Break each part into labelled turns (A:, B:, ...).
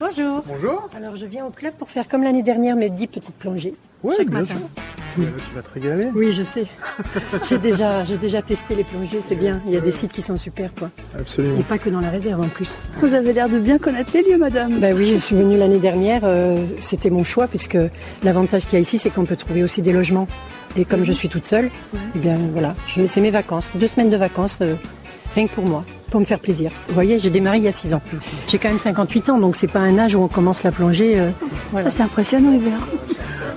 A: Bonjour.
B: Bonjour.
A: Alors, je viens au club pour faire comme l'année dernière mes 10 petites plongées.
B: Oui,
A: Chaque
B: bien
A: matin.
B: sûr. Mais là, tu vas te régaler.
A: Oui, je sais. j'ai déjà, j'ai déjà testé les plongées, c'est bien. Il y a des sites qui sont super, quoi.
B: Absolument.
A: Et pas que dans la réserve en plus.
C: Vous avez l'air de bien connaître les lieux, madame.
A: Bah oui, je suis venue l'année dernière. euh, C'était mon choix puisque l'avantage qu'il y a ici, c'est qu'on peut trouver aussi des logements. Et comme je suis toute seule, eh bien voilà, je- c'est mes vacances, deux semaines de vacances, euh, rien que pour moi, pour me faire plaisir. Vous voyez, j'ai démarré il y a six ans. J'ai quand même 58 ans, donc c'est pas un âge où on commence la plongée. euh, voilà.
C: Ça, c'est impressionnant, Hubert.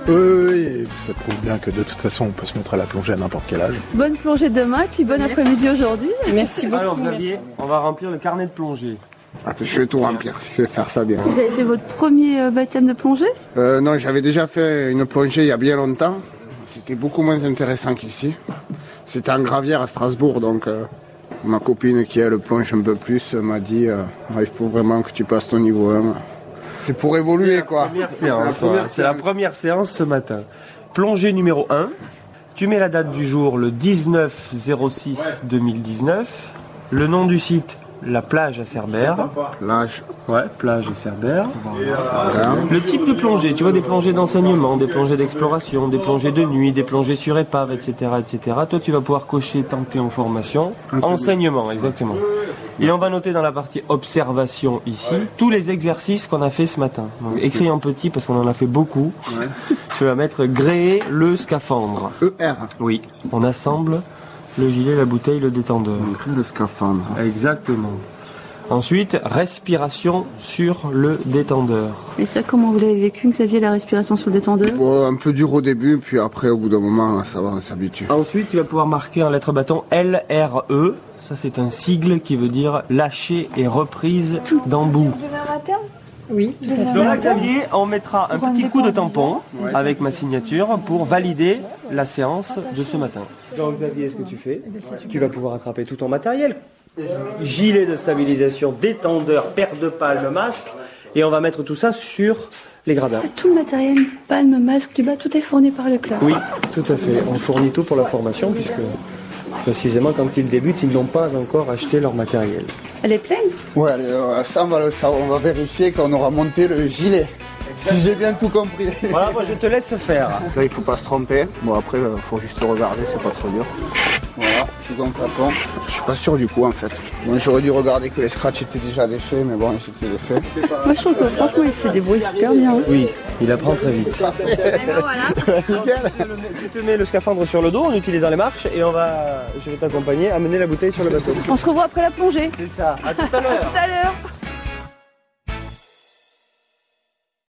B: Oui, oui, oui. Ça prouve bien que de toute façon, on peut se mettre à la plongée à n'importe quel âge.
C: Bonne plongée demain, et puis bon après-midi aujourd'hui.
A: Merci beaucoup.
D: Alors
A: merci.
D: Xavier, on va remplir le carnet de plongée.
E: Attends, Ah, je vais tout remplir, je vais faire ça bien.
C: Vous avez fait votre premier euh, baptême de plongée
E: Euh, non, j'avais déjà fait une plongée il y a bien longtemps. C'était beaucoup moins intéressant qu'ici. C'était en gravière à Strasbourg, donc euh, ma copine qui elle plonge un peu plus euh, m'a dit euh, Ah, il faut vraiment que tu passes ton niveau 1. C'est pour évoluer quoi.
D: Première
E: C'est la
D: séance.
E: première
D: ouais. C'est la
E: séance.
D: première séance ce matin. Plongée numéro 1. Tu mets la date du jour le 19 06 2019. Le nom du site, la plage à Cerbère.
E: L'âge.
D: Ouais, plage à Cerbère. Ah, Le type de plongée, tu vois des plongées d'enseignement, des plongées d'exploration, des plongées de nuit, des plongées sur épave, etc., etc. Toi, tu vas pouvoir cocher tant que t'es en formation. Enseignement, exactement. Et on va noter dans la partie observation ici tous les exercices qu'on a fait ce matin. Donc, écrit en petit parce qu'on en a fait beaucoup. Tu vas mettre gréer le scaphandre.
E: ER.
D: Oui. On assemble le gilet, la bouteille, le détendeur.
E: Le scaphandre.
D: Exactement. Ensuite, respiration sur le détendeur.
C: Et ça, comment vous l'avez vécu, Xavier, la respiration sous le détendeur
E: Bon, un peu dur au début, puis après au bout d'un moment, ça va, on s'habitue.
D: Ensuite, tu vas pouvoir marquer en lettre bâton LRE. E. Ça, c'est un sigle qui veut dire lâcher et reprise d'embout.
A: Oui, tout à fait.
D: Donc, Xavier, on mettra un petit coup de tampon avec ma signature pour valider la séance de ce matin. Donc, Xavier, ce que tu fais, tu vas pouvoir attraper tout ton matériel gilet de stabilisation, détendeur, paire de palmes, masque, et on va mettre tout ça sur les gradins.
C: Ah, Tout le matériel, palme, masque, du bas, tout est fourni par le club.
D: Oui, tout à fait. On fournit tout pour la formation puisque précisément quand ils débutent, ils n'ont pas encore acheté leur matériel.
C: Elle est pleine
E: Ouais, allez, euh, ça on va, le savoir. on va vérifier qu'on aura monté le gilet. Si j'ai bien tout compris.
D: Voilà, moi je te laisse faire.
E: Là, il faut pas se tromper. Bon, après, euh, faut juste regarder, c'est pas trop dur. Voilà, je suis dans le plafond. Je suis pas sûr du coup, en fait. Bon, j'aurais dû regarder que les scratchs étaient déjà défaits, mais bon, c'était défait.
C: Moi, je trouve que franchement, il s'est débrouillé super bien. hein.
D: Oui, il apprend très vite.
E: Nickel.
D: Je te mets le scaphandre sur le dos en utilisant les marches et on va, je vais t'accompagner, amener la bouteille sur le bateau.
C: On se revoit après la plongée.
D: C'est ça, à tout à l'heure.
C: À l'heure